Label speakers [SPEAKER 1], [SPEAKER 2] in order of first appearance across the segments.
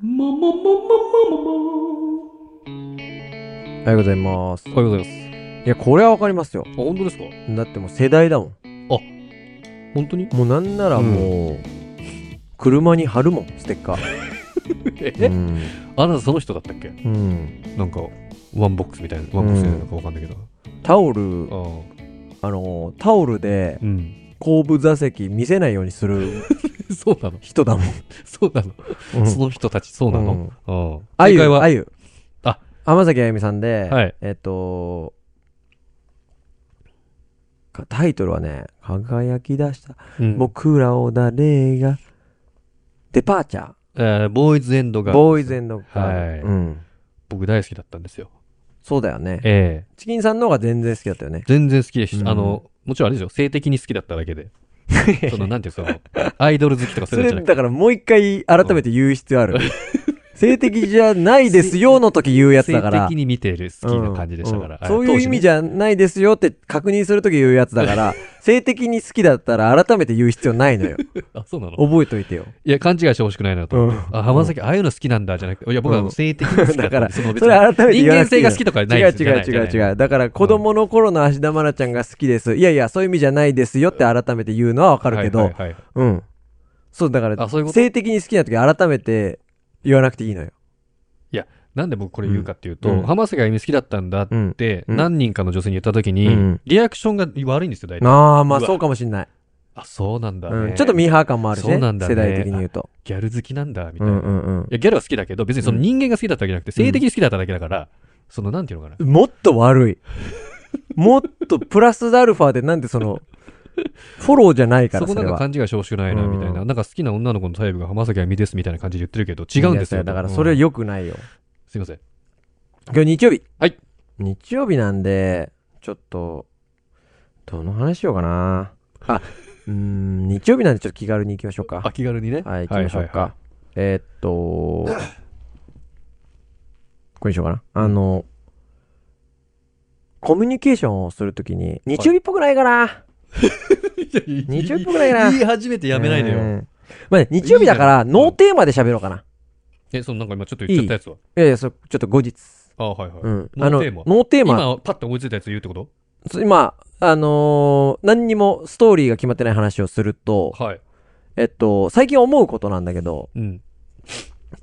[SPEAKER 1] まままま
[SPEAKER 2] おはようございます。
[SPEAKER 1] ままおはようございます。
[SPEAKER 2] いや、これはわかりますよ
[SPEAKER 1] あ、。本当ですか
[SPEAKER 2] だってもう世代だも
[SPEAKER 1] 本当に
[SPEAKER 2] ん。もうなんならもう、車に貼るもん、ステッカー。
[SPEAKER 1] え、
[SPEAKER 2] うん。
[SPEAKER 1] あなたその人だったっけ
[SPEAKER 2] うん。
[SPEAKER 1] なんか、ワンボックスみたいな、ワンボックスみたいなのかわかんないけど。
[SPEAKER 2] タオル、
[SPEAKER 1] あ
[SPEAKER 2] あの、タオルで
[SPEAKER 1] あ。うん。
[SPEAKER 2] 後部座席見せないようにする
[SPEAKER 1] そうなの
[SPEAKER 2] 人だもん。
[SPEAKER 1] そうなの、
[SPEAKER 2] うん
[SPEAKER 1] その人たちそうな
[SPEAKER 2] うん
[SPEAKER 1] の、うん、
[SPEAKER 2] あゆ、
[SPEAKER 1] 正解は
[SPEAKER 2] あゆ。
[SPEAKER 1] あ、
[SPEAKER 2] 天崎あゆみさんで、
[SPEAKER 1] はい
[SPEAKER 2] えっと、かタイトルはね、輝き出した、
[SPEAKER 1] うん
[SPEAKER 2] 僕らを誰が、デパーチャ
[SPEAKER 1] えーボーイズエンド
[SPEAKER 2] ー、
[SPEAKER 1] が
[SPEAKER 2] ボーイズエンドガール
[SPEAKER 1] はい
[SPEAKER 2] うん。
[SPEAKER 1] 僕大好きだったんですよ。
[SPEAKER 2] そうだよね。
[SPEAKER 1] ええ
[SPEAKER 2] チキンさんの方が全然好きだったよね。
[SPEAKER 1] 全然好きでし、
[SPEAKER 2] うん
[SPEAKER 1] あの、もちろんあれですよ、性的に好きだっただ けで。その、なんていうか、そのアイドル好きとかそ
[SPEAKER 2] そう
[SPEAKER 1] いう
[SPEAKER 2] れ
[SPEAKER 1] のじゃなくて。
[SPEAKER 2] だからもう一回改めて言う必要ある。 性的じゃないですよの時言うやつだから
[SPEAKER 1] 性的。に見ている好きな感じでしたか
[SPEAKER 2] うん
[SPEAKER 1] ら。
[SPEAKER 2] そういう意味
[SPEAKER 1] ゃ。
[SPEAKER 2] じゃないですよって確認するとき言うやつだ から、性的に好きだったら改めて言う必要ないのよ。
[SPEAKER 1] 当時ねあ、そうなの
[SPEAKER 2] 覚えといてよ。
[SPEAKER 1] いや、勘違いしてほしくないなと思って。
[SPEAKER 2] うん
[SPEAKER 1] あ、浜崎、ああいうの好きなんだ、じゃなくて。いや、僕はあ
[SPEAKER 2] う
[SPEAKER 1] の
[SPEAKER 2] ん
[SPEAKER 1] 性的に好き だ
[SPEAKER 2] だか
[SPEAKER 1] ったんで
[SPEAKER 2] ら、
[SPEAKER 1] その別
[SPEAKER 2] それ
[SPEAKER 1] に
[SPEAKER 2] 改めて
[SPEAKER 1] 人
[SPEAKER 2] 言わ
[SPEAKER 1] 間
[SPEAKER 2] なくてい
[SPEAKER 1] 性
[SPEAKER 2] いの
[SPEAKER 1] が好きとかじゃない
[SPEAKER 2] 違う
[SPEAKER 1] です
[SPEAKER 2] 違う違う
[SPEAKER 1] う。
[SPEAKER 2] 違う。だから子供の頃の芦田愛菜ちゃんが好きです。いやいや、そういう意味じゃないですよって改めて言うのはわかるけ
[SPEAKER 1] はい
[SPEAKER 2] ど
[SPEAKER 1] は、いはい
[SPEAKER 2] うん。そう、だから
[SPEAKER 1] あ、そういうこと
[SPEAKER 2] 性的に好きな時改めて言わなくていいのよ。
[SPEAKER 1] なんで僕これ言うかっていうと、
[SPEAKER 2] うん
[SPEAKER 1] 浜崎あゆみ好きだったんだっ
[SPEAKER 2] うん。
[SPEAKER 1] て、
[SPEAKER 2] うん
[SPEAKER 1] 何人かの女性に言った時に、
[SPEAKER 2] うん
[SPEAKER 1] リアクションが悪いんですよ、大体。
[SPEAKER 2] ああ、まあ
[SPEAKER 1] うわ
[SPEAKER 2] そうかもしんない。
[SPEAKER 1] あ、そうなんだ、ね
[SPEAKER 2] うんちょっとミーハー感もあるしね。
[SPEAKER 1] そうなんだね
[SPEAKER 2] 世代的に言うと。
[SPEAKER 1] ギャル好きなんだ、みた
[SPEAKER 2] う
[SPEAKER 1] いな。
[SPEAKER 2] ん
[SPEAKER 1] いうや、ギャルは好きだけど、別にその人間が好きだったわけじゃなくて、性的に好きだっただけだから、その、なんていうのかな。
[SPEAKER 2] んうん。もっと悪い。もっとプラスアルファでなんでその、フォローじゃないか
[SPEAKER 1] そ
[SPEAKER 2] ら、そ
[SPEAKER 1] こなん
[SPEAKER 2] れ
[SPEAKER 1] か
[SPEAKER 2] は。
[SPEAKER 1] 勘違いしてほしくないな、みたいな。
[SPEAKER 2] う
[SPEAKER 1] なんか好きな女の子のタイプが浜崎あゆみです、みたいな感じで言ってるけど、違うんです
[SPEAKER 2] い
[SPEAKER 1] よ。
[SPEAKER 2] やだからそれは
[SPEAKER 1] うん
[SPEAKER 2] 良くないよ。
[SPEAKER 1] すいません。
[SPEAKER 2] 今日日曜日。
[SPEAKER 1] はい。
[SPEAKER 2] 日曜日なんで、ちょっと、どの話しようかな。あ、うーん、日曜日なんでちょっと気軽に行きましょうか。
[SPEAKER 1] あ、気軽にね。
[SPEAKER 2] はい、行きましょうか。
[SPEAKER 1] はい
[SPEAKER 2] えーっと、これにしようかな。あの、コミュニケーションをするときに、日曜日っぽくないかな、
[SPEAKER 1] はい
[SPEAKER 2] 日曜日っぽくないかな
[SPEAKER 1] 言い始めてやめないで
[SPEAKER 2] う
[SPEAKER 1] よ。
[SPEAKER 2] んまあね、日曜日だから、
[SPEAKER 1] いいじゃん
[SPEAKER 2] ノーテーマで喋ろうかな。
[SPEAKER 1] え、そのなんか今ちょっと言っちゃったやつはい
[SPEAKER 2] やいや、そちょっと後日。
[SPEAKER 1] あ、はいはい。
[SPEAKER 2] うん。
[SPEAKER 1] ノーテーマ
[SPEAKER 2] あの、ノーテーマ。
[SPEAKER 1] 今、パッと思いついたやつ言うってこと
[SPEAKER 2] 今、あのー何にもストーリーが決まってない話をすると、
[SPEAKER 1] はい。
[SPEAKER 2] えっと、最近思うことなんだけど、
[SPEAKER 1] うん。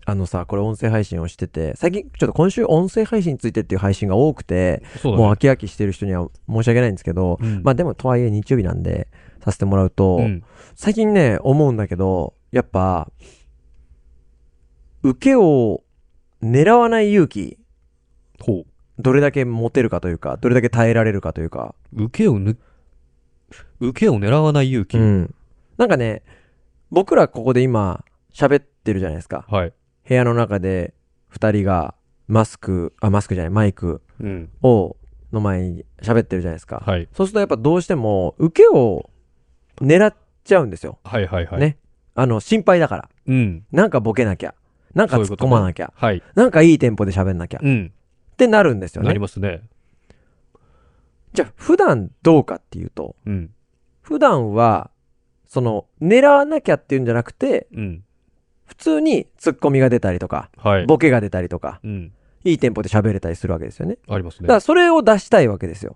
[SPEAKER 2] あのさ、これ音声配信をしてて、最近、ちょっと今週音声配信についてっていう配信が多くて、
[SPEAKER 1] そうだ
[SPEAKER 2] もう
[SPEAKER 1] ね
[SPEAKER 2] 飽き飽きしてる人には申し訳ないんですけど、
[SPEAKER 1] うん。
[SPEAKER 2] まあでもとはいえ日曜日なんでさせてもらうと、
[SPEAKER 1] うん
[SPEAKER 2] 最近ね、思うんだけど、やっぱ、受けを狙わない勇気、
[SPEAKER 1] ほ
[SPEAKER 2] どれだけ持てるかというか、どれだけ耐えられるかというか、
[SPEAKER 1] う。受けをぬ、受けを狙わない勇気。
[SPEAKER 2] うん。なんかね、僕らここで今喋ってるじゃないですか。
[SPEAKER 1] はい。
[SPEAKER 2] 部屋の中で二人がマスク、あ、マスクじゃない、マイク
[SPEAKER 1] うん。
[SPEAKER 2] を、の前に喋ってるじゃないですか。
[SPEAKER 1] はい。
[SPEAKER 2] そうするとやっぱどうしても、受けを狙っちゃうんですよ。
[SPEAKER 1] はいはいはい。
[SPEAKER 2] ねあの、心配だから。
[SPEAKER 1] うん。
[SPEAKER 2] なんかボケなきゃ。なんか
[SPEAKER 1] そう
[SPEAKER 2] 突
[SPEAKER 1] いう
[SPEAKER 2] っ
[SPEAKER 1] こと
[SPEAKER 2] 込まなきゃ。
[SPEAKER 1] はい。
[SPEAKER 2] なんかいいテンポで喋んなきゃ。っ
[SPEAKER 1] うん。
[SPEAKER 2] てなるんですよ
[SPEAKER 1] なり
[SPEAKER 2] ね。
[SPEAKER 1] ますね。
[SPEAKER 2] じゃあ、普段どうかっていうと、
[SPEAKER 1] うん。
[SPEAKER 2] 普段は、その、狙わなきゃっていうんじゃなくて、
[SPEAKER 1] うん。
[SPEAKER 2] 普通に突っ込みが出たりとか、
[SPEAKER 1] はい。
[SPEAKER 2] ボケが出たりとか、
[SPEAKER 1] うん。
[SPEAKER 2] いいテンポで喋れたりするわけですよね。
[SPEAKER 1] あります
[SPEAKER 2] だか
[SPEAKER 1] ね
[SPEAKER 2] ら。それを出したいわけですよ。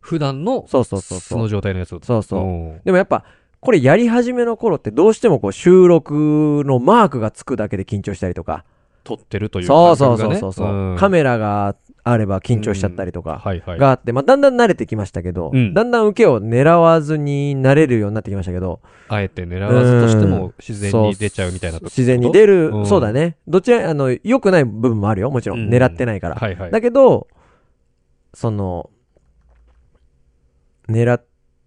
[SPEAKER 1] 普段の、
[SPEAKER 2] そうそうそう
[SPEAKER 1] そ
[SPEAKER 2] そ
[SPEAKER 1] の
[SPEAKER 2] う。
[SPEAKER 1] 状態のやつを。
[SPEAKER 2] そうそう。
[SPEAKER 1] う
[SPEAKER 2] でもやっぱ、これやり始めの頃ってどうしてもこう収録のマークがつくだけで緊張したりとか。
[SPEAKER 1] 撮ってるという
[SPEAKER 2] そう
[SPEAKER 1] 感
[SPEAKER 2] そう
[SPEAKER 1] 覚
[SPEAKER 2] そ
[SPEAKER 1] が
[SPEAKER 2] う
[SPEAKER 1] ね。
[SPEAKER 2] そうそう、
[SPEAKER 1] ん
[SPEAKER 2] カメラがあれば緊張しちゃったりとか
[SPEAKER 1] はいはい。
[SPEAKER 2] があって、まあだんだん慣れてきましたけど、
[SPEAKER 1] うん
[SPEAKER 2] だんだん受けを狙わずになれるようになってきましたけど、
[SPEAKER 1] あえて狙わずとしても自然に出ちゃうみたいなと
[SPEAKER 2] 自然に出る、
[SPEAKER 1] うん
[SPEAKER 2] そうだね。どちら、あの、良くない部分もあるよ。もちろ。
[SPEAKER 1] うんん
[SPEAKER 2] 狙ってないから。
[SPEAKER 1] はいはい。
[SPEAKER 2] だけど、その、狙っ、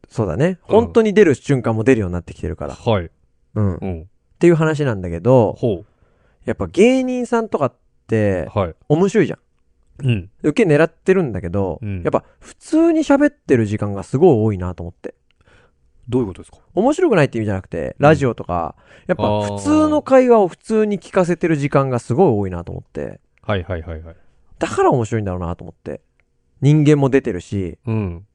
[SPEAKER 2] そうだね。
[SPEAKER 1] うん
[SPEAKER 2] 本当に出る瞬間も出るようになってきてるから。
[SPEAKER 1] はい。
[SPEAKER 2] うん。っ
[SPEAKER 1] うん。
[SPEAKER 2] ていう話なんだけど、
[SPEAKER 1] ほ
[SPEAKER 2] やっぱ芸人さんとかっ
[SPEAKER 1] う。
[SPEAKER 2] て、
[SPEAKER 1] はい。
[SPEAKER 2] 面白いじゃん。
[SPEAKER 1] うん。
[SPEAKER 2] 受け狙ってるんだけど、
[SPEAKER 1] うん
[SPEAKER 2] やっぱ普通に喋ってる時間がすごい多いなと思って。
[SPEAKER 1] どういうことですか
[SPEAKER 2] 面白くないって意味じゃなくて、ラジオとか、やっ
[SPEAKER 1] あ
[SPEAKER 2] ぱ
[SPEAKER 1] ー
[SPEAKER 2] 普通の会話を普通に聞かせてる時間がすごい多いなと思って、
[SPEAKER 1] はいはいはいはい。
[SPEAKER 2] だから面白いんだろうなと思って。人間も出てるし、
[SPEAKER 1] うん。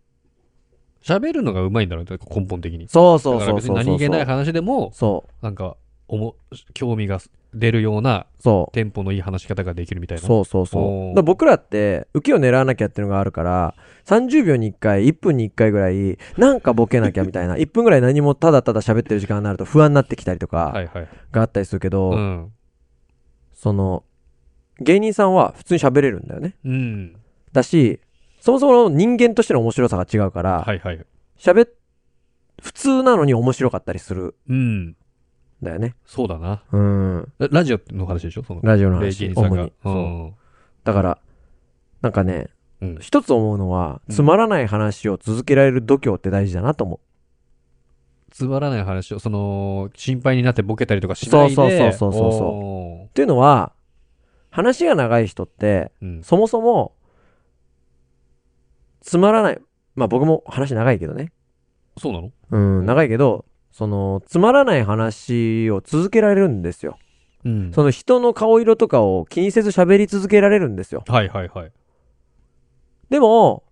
[SPEAKER 1] 喋るのがうまいんだろうね、根本的に。
[SPEAKER 2] そうそ
[SPEAKER 1] だ
[SPEAKER 2] う
[SPEAKER 1] から
[SPEAKER 2] そう
[SPEAKER 1] 別
[SPEAKER 2] そ
[SPEAKER 1] に
[SPEAKER 2] うそう。
[SPEAKER 1] 何気ない話でも、
[SPEAKER 2] そ
[SPEAKER 1] なんか、おも、興味が出るような
[SPEAKER 2] そ。
[SPEAKER 1] テンポのいい話し方ができるみたいうな。
[SPEAKER 2] そうそう
[SPEAKER 1] おー
[SPEAKER 2] そう。だから僕らって、受けを狙わなきゃっていうのがあるから、30秒に1回、1分に1回ぐらい、なんかボケなきゃみ たいな、1分ぐらい何もただただ喋ってる時間になると不安になってきたりと
[SPEAKER 1] は
[SPEAKER 2] か、
[SPEAKER 1] いはい。
[SPEAKER 2] があったりするけど、
[SPEAKER 1] うん。
[SPEAKER 2] その、芸人さんは普通に喋れるんだよね。
[SPEAKER 1] うん。
[SPEAKER 2] だし、そもそもの人間としての面白さが違うから、
[SPEAKER 1] はいはい。
[SPEAKER 2] 喋っ、普通なのに面白かったりする
[SPEAKER 1] うん。
[SPEAKER 2] んだよね。
[SPEAKER 1] そうだな。
[SPEAKER 2] うん。
[SPEAKER 1] ララジオの話でしょその。
[SPEAKER 2] ラジオの
[SPEAKER 1] レイ
[SPEAKER 2] 話
[SPEAKER 1] ジ、ンさん
[SPEAKER 2] 主
[SPEAKER 1] が
[SPEAKER 2] に。。
[SPEAKER 1] う。
[SPEAKER 2] そうんだから、なんかね、
[SPEAKER 1] うん
[SPEAKER 2] 一つ思うのは、
[SPEAKER 1] うん
[SPEAKER 2] つまらない話を続けられる度胸って大事だなと思
[SPEAKER 1] つまらない話を、その、心配になってボケたりとかしないで。
[SPEAKER 2] そうそうそうそうそうそう。
[SPEAKER 1] そう
[SPEAKER 2] っていうのは、話が長い人って、
[SPEAKER 1] う。うん。
[SPEAKER 2] そもそも、つまらない。まあ僕も話長いけどね。
[SPEAKER 1] そうなの
[SPEAKER 2] うん、長いけど、その、つまらない話を続けられるんですよ。
[SPEAKER 1] うん。
[SPEAKER 2] その人の顔色とかを気にせず喋り続けられるんですよ。
[SPEAKER 1] はいはいはい。
[SPEAKER 2] でも、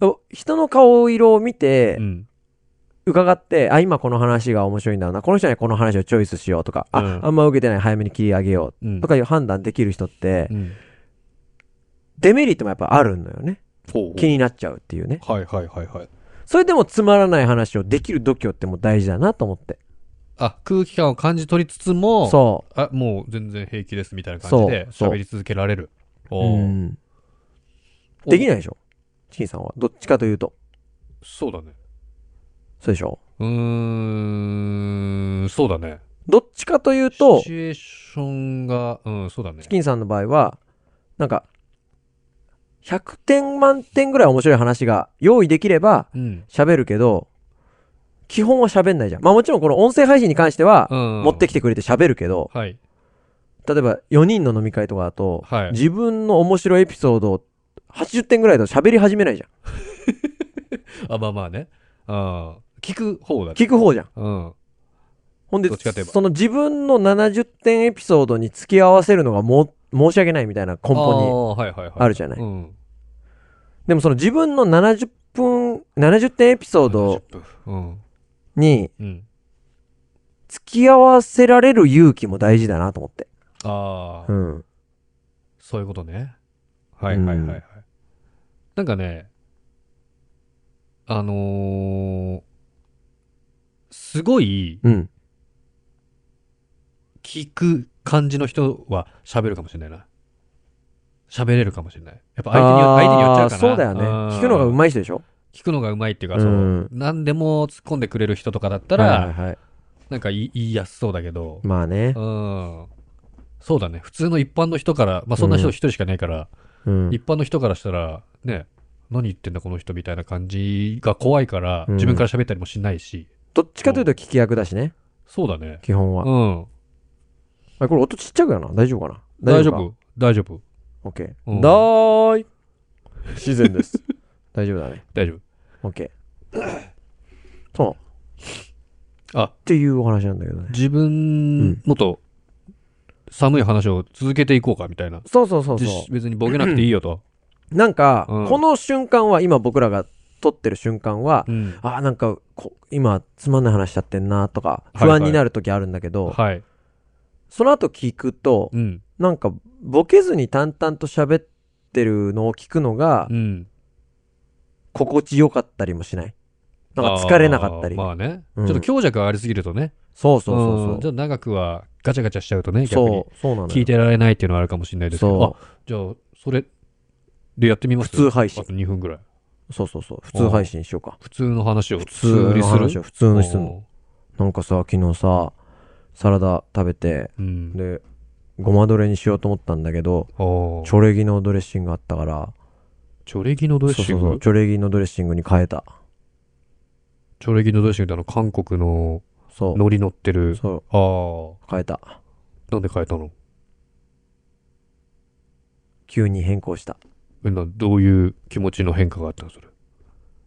[SPEAKER 2] お人の顔色を見て
[SPEAKER 1] う、ん。
[SPEAKER 2] 伺って、あ、今この話が面白いんだろうな、この人にはこの話をチョイスしようとか、あ、
[SPEAKER 1] うん
[SPEAKER 2] あんま受けてない早めに切り上げよ
[SPEAKER 1] う
[SPEAKER 2] うんと。かいう判断できる人って、
[SPEAKER 1] うん。
[SPEAKER 2] デメリットもやっぱあるのよね。
[SPEAKER 1] ほう
[SPEAKER 2] 気になっちゃうっていうね。
[SPEAKER 1] はいはいはいはい。
[SPEAKER 2] それでもつまらない話をできる度胸ってもう大事だなと思って。
[SPEAKER 1] あ、空気感を感じ取りつつも、
[SPEAKER 2] そ
[SPEAKER 1] あ、もう全然平気ですみたいな感じで
[SPEAKER 2] そうそう
[SPEAKER 1] 喋り続けられる。
[SPEAKER 2] う。
[SPEAKER 1] おー
[SPEAKER 2] うんできないでしょチキンさんは。どっちかというと。
[SPEAKER 1] そうだね。
[SPEAKER 2] そうでしょ
[SPEAKER 1] うーん、そうだね。
[SPEAKER 2] どっちかという
[SPEAKER 1] シ
[SPEAKER 2] と、
[SPEAKER 1] チュエーションが、うん、そうだね
[SPEAKER 2] チ。キンさんの場合は、なんか、100点満点ぐらい面白い話が用意できれば
[SPEAKER 1] うん。
[SPEAKER 2] 喋るけど、基本は喋んないじゃん。まあもちろんこの音声配信に関しては、
[SPEAKER 1] うん。
[SPEAKER 2] 持ってきてくれて喋るけど、
[SPEAKER 1] はい。
[SPEAKER 2] 例えば4人の飲み会とかだと、
[SPEAKER 1] はい
[SPEAKER 2] 自分の面白いエピソードを80点ぐらいだと喋り始めないじゃん。
[SPEAKER 1] あ、まあまあね。あー聞く方だね。
[SPEAKER 2] 聞く方じゃん。
[SPEAKER 1] うん。
[SPEAKER 2] ほんで
[SPEAKER 1] どっちかといえ、ば
[SPEAKER 2] その自分の70点エピソードに付き合わせるのがも申し訳ないみたいな根本に。
[SPEAKER 1] あーはいはいはい。
[SPEAKER 2] あるじゃない
[SPEAKER 1] うん。
[SPEAKER 2] でもその自分の70分、70点エピソー
[SPEAKER 1] 70
[SPEAKER 2] ド
[SPEAKER 1] 分。うん。
[SPEAKER 2] に
[SPEAKER 1] うん。
[SPEAKER 2] 付き合わせられる勇気も大事だなと思って。
[SPEAKER 1] ああ、
[SPEAKER 2] うん。
[SPEAKER 1] そういうことね。はいはいはいはい。
[SPEAKER 2] うん
[SPEAKER 1] なんかね、あのーすごい
[SPEAKER 2] うん。
[SPEAKER 1] 聞く感じの人は喋るかもしれないな。喋れるかもしれない。やっぱ相手によ
[SPEAKER 2] あー
[SPEAKER 1] 相手によっちゃうかな。
[SPEAKER 2] そうだよね。聞くのが
[SPEAKER 1] うま
[SPEAKER 2] 上手
[SPEAKER 1] い
[SPEAKER 2] い人でしょ
[SPEAKER 1] 聞くのがうまいっていうか、
[SPEAKER 2] うん
[SPEAKER 1] その、何でも突っ込んでくれる人とかだったら、
[SPEAKER 2] はいはいはい。
[SPEAKER 1] なんか言い言いやすそうだけど、
[SPEAKER 2] まあね
[SPEAKER 1] う。ん。そうだね。普通の一般の人から、まあそんな人一人しかないから、
[SPEAKER 2] うん。
[SPEAKER 1] 一般の人からしたら、ね、何言ってんだこの人みたいな感じが怖いから、
[SPEAKER 2] うん
[SPEAKER 1] 自分から喋ったりもしないし、
[SPEAKER 2] どっちかというと聞き役だしね。
[SPEAKER 1] そうだね。
[SPEAKER 2] 基本は。
[SPEAKER 1] うん。
[SPEAKER 2] あ、これ音ちっちゃくやな。大丈夫かな
[SPEAKER 1] 大丈
[SPEAKER 2] か
[SPEAKER 1] 夫大丈夫
[SPEAKER 2] オッケー。
[SPEAKER 1] うん
[SPEAKER 2] だーい。自然です。 大丈夫だね。
[SPEAKER 1] 大丈夫
[SPEAKER 2] オッケー。そう。
[SPEAKER 1] あ
[SPEAKER 2] っていうお話なんだけどね。
[SPEAKER 1] 自分、もっと寒い話を続けていこうかみたいな。
[SPEAKER 2] そうそうそうそ
[SPEAKER 1] 実別にボケなくていいよと。
[SPEAKER 2] う。なんか、
[SPEAKER 1] うん
[SPEAKER 2] この瞬間は、今僕らが撮ってる瞬間は、
[SPEAKER 1] うん。
[SPEAKER 2] あーなんかこ、今、つまんない話しちゃってんなとか、
[SPEAKER 1] はい
[SPEAKER 2] 不
[SPEAKER 1] はい
[SPEAKER 2] 安になる時あるんだけど、
[SPEAKER 1] はい。
[SPEAKER 2] その後聞くと、
[SPEAKER 1] うん。
[SPEAKER 2] なんか、ボケずに淡々と喋ってるのを聞くのが
[SPEAKER 1] う、ん。
[SPEAKER 2] 心地よかったりもしない。なんか疲れなかったり。
[SPEAKER 1] あーまあね。
[SPEAKER 2] う
[SPEAKER 1] ちょ
[SPEAKER 2] ん
[SPEAKER 1] っと強弱がありすぎるとね。
[SPEAKER 2] そうそうそうそう。
[SPEAKER 1] んちょっと長くはガチャガチャしちゃうとね、逆に
[SPEAKER 2] そう、そうなのよ。
[SPEAKER 1] 聞いてられないっていうのはあるかもしれないですけど。あ
[SPEAKER 2] そ、
[SPEAKER 1] じゃあ、それでやってみ
[SPEAKER 2] う。
[SPEAKER 1] ます
[SPEAKER 2] 普通配信
[SPEAKER 1] あ。と2分ぐらい。
[SPEAKER 2] そうそうそう。普通配信しようか。
[SPEAKER 1] 普通の話を普
[SPEAKER 2] 普通の話を普通にするの。
[SPEAKER 1] お
[SPEAKER 2] なんかさ、昨日さ、サラダ食べて、
[SPEAKER 1] ーうん。
[SPEAKER 2] で、ごまドレにしようと思ったんだけど、
[SPEAKER 1] おー
[SPEAKER 2] チョレギのドレッシングあったから、
[SPEAKER 1] チョレギのドレッ
[SPEAKER 2] そう
[SPEAKER 1] シ
[SPEAKER 2] そう
[SPEAKER 1] ン
[SPEAKER 2] そう、
[SPEAKER 1] グ
[SPEAKER 2] チョレギのドレッシングに変えた。
[SPEAKER 1] チョレギのドレッシングってあの、韓国の
[SPEAKER 2] そ
[SPEAKER 1] 海苔乗って
[SPEAKER 2] う。
[SPEAKER 1] る。
[SPEAKER 2] そう、
[SPEAKER 1] ああ。
[SPEAKER 2] 変えた。
[SPEAKER 1] なんで変えたの
[SPEAKER 2] 急に変更した。
[SPEAKER 1] えなどういう気持ちの変化があったのそれ。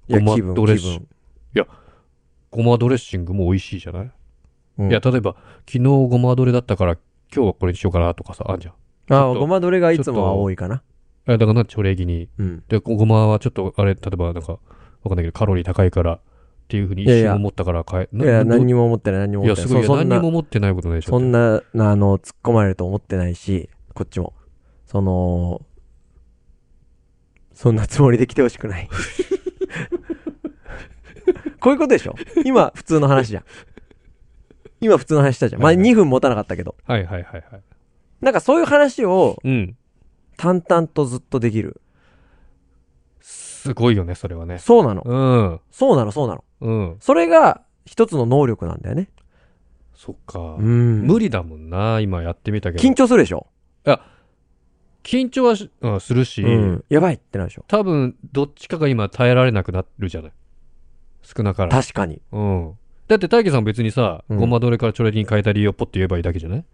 [SPEAKER 2] いや、
[SPEAKER 1] ごま
[SPEAKER 2] 気分、
[SPEAKER 1] ドレッ
[SPEAKER 2] 気
[SPEAKER 1] シン
[SPEAKER 2] 分。
[SPEAKER 1] ごまドレッシングも美味しいじゃない、
[SPEAKER 2] うん
[SPEAKER 1] いや、例えば、昨日ごまドレだったから、今日はこれにしようかなとかさ、あんじゃん。
[SPEAKER 2] あ
[SPEAKER 1] ょっ
[SPEAKER 2] ー、
[SPEAKER 1] と
[SPEAKER 2] ごまドレがいつもは多いかな。
[SPEAKER 1] えだから、チョレギに。
[SPEAKER 2] うん。
[SPEAKER 1] で、ごごまはちょっと、あれ、例えばなんか、わかんないけど、カロリー高いから、っていうふうに一瞬思ったから変え、
[SPEAKER 2] いや、
[SPEAKER 1] な
[SPEAKER 2] 何にも思ってない、何にも
[SPEAKER 1] い
[SPEAKER 2] 思っ
[SPEAKER 1] や、
[SPEAKER 2] て
[SPEAKER 1] す
[SPEAKER 2] ない。
[SPEAKER 1] ごい、いや
[SPEAKER 2] そそん
[SPEAKER 1] 何に
[SPEAKER 2] な
[SPEAKER 1] も、持ってないことないでしょ。
[SPEAKER 2] そんな、あの、突っ込まれると思ってないし、こっちも。その、そんなつもりで来てほしくない。 こういうことでしょ今、普通の話じゃん。今、普通の話したじゃん。まあ、
[SPEAKER 1] はいはい
[SPEAKER 2] 2分持たなかったけど。
[SPEAKER 1] はいはいはいはい。
[SPEAKER 2] なんかそういう話を
[SPEAKER 1] うん。
[SPEAKER 2] 淡々とずっとできる。
[SPEAKER 1] すごいよね、それはね。
[SPEAKER 2] そうなの。
[SPEAKER 1] うん。
[SPEAKER 2] そうなの、そうなの。
[SPEAKER 1] うん。
[SPEAKER 2] それが一つの能力なんだよね。
[SPEAKER 1] そっか
[SPEAKER 2] う。ん。
[SPEAKER 1] 無理だもんな、今やってみたけ
[SPEAKER 2] 緊
[SPEAKER 1] ど。
[SPEAKER 2] 張するでしょ
[SPEAKER 1] 緊張はしうんするし、
[SPEAKER 2] うん。やばいってなるでしょ
[SPEAKER 1] 多分、どっちかが今耐えられなくなるじゃない。少なから
[SPEAKER 2] 確
[SPEAKER 1] ず。
[SPEAKER 2] かに。
[SPEAKER 1] うん。だって、大輝さん別にさ、
[SPEAKER 2] うん
[SPEAKER 1] ごまどれからチョレギに変えた理由をポッと言えばいいだけじゃない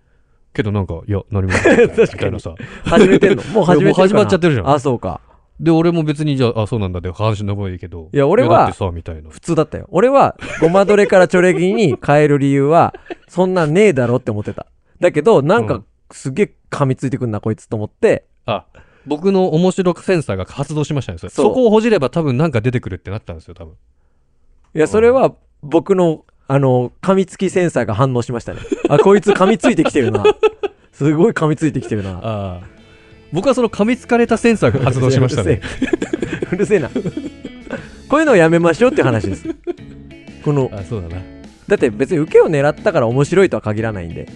[SPEAKER 1] けどなんか、いや、何もないみたい なさ。
[SPEAKER 2] 始めて んのもう始めてるかな
[SPEAKER 1] もう始まっちゃってるじゃん
[SPEAKER 2] あ、そうか。
[SPEAKER 1] で、俺も別に、じゃあ、あそうなんだって話の方がいいけど。
[SPEAKER 2] いや俺はい
[SPEAKER 1] だってさ、みたいな。
[SPEAKER 2] 普通だったよ。俺は、ごまどれからチョレギに変える理由は、 そんなんねえだろって思ってた。だけど、なん
[SPEAKER 1] う
[SPEAKER 2] か
[SPEAKER 1] ん、
[SPEAKER 2] すげえ噛みついてくんな、こいつと思って、
[SPEAKER 1] あ、僕の面白くセンサーが発動しましたね。それ
[SPEAKER 2] そう
[SPEAKER 1] そこをほじれば多分なんか出てくるってなったんですよ、多分。
[SPEAKER 2] いや、それは、僕の、あの、噛みつきセンサーが反応しましたね。あ、こいつ噛みついてきてるな。 すごい噛みついてきてるな。
[SPEAKER 1] ああ。僕はその噛みつかれたセンサーが発動しましたね。
[SPEAKER 2] うるせえ。うるせえな。こういうのをやめましょうっていう話です。この、
[SPEAKER 1] あ そうだな。
[SPEAKER 2] だって別に受けを狙ったから面白いとは限らないんで。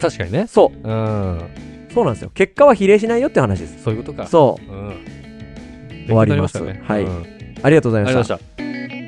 [SPEAKER 1] 確かにね。
[SPEAKER 2] そう。
[SPEAKER 1] うん。
[SPEAKER 2] そうなんですよ。結果は比例しないよって話です。
[SPEAKER 1] そういうことか。。
[SPEAKER 2] そう
[SPEAKER 1] うん。
[SPEAKER 2] 終わります
[SPEAKER 1] 勉強になりましたね。
[SPEAKER 2] はい
[SPEAKER 1] うんあり
[SPEAKER 2] う。ありがとうござい
[SPEAKER 1] がとうご
[SPEAKER 2] まし
[SPEAKER 1] ざいま
[SPEAKER 2] た
[SPEAKER 1] し。た。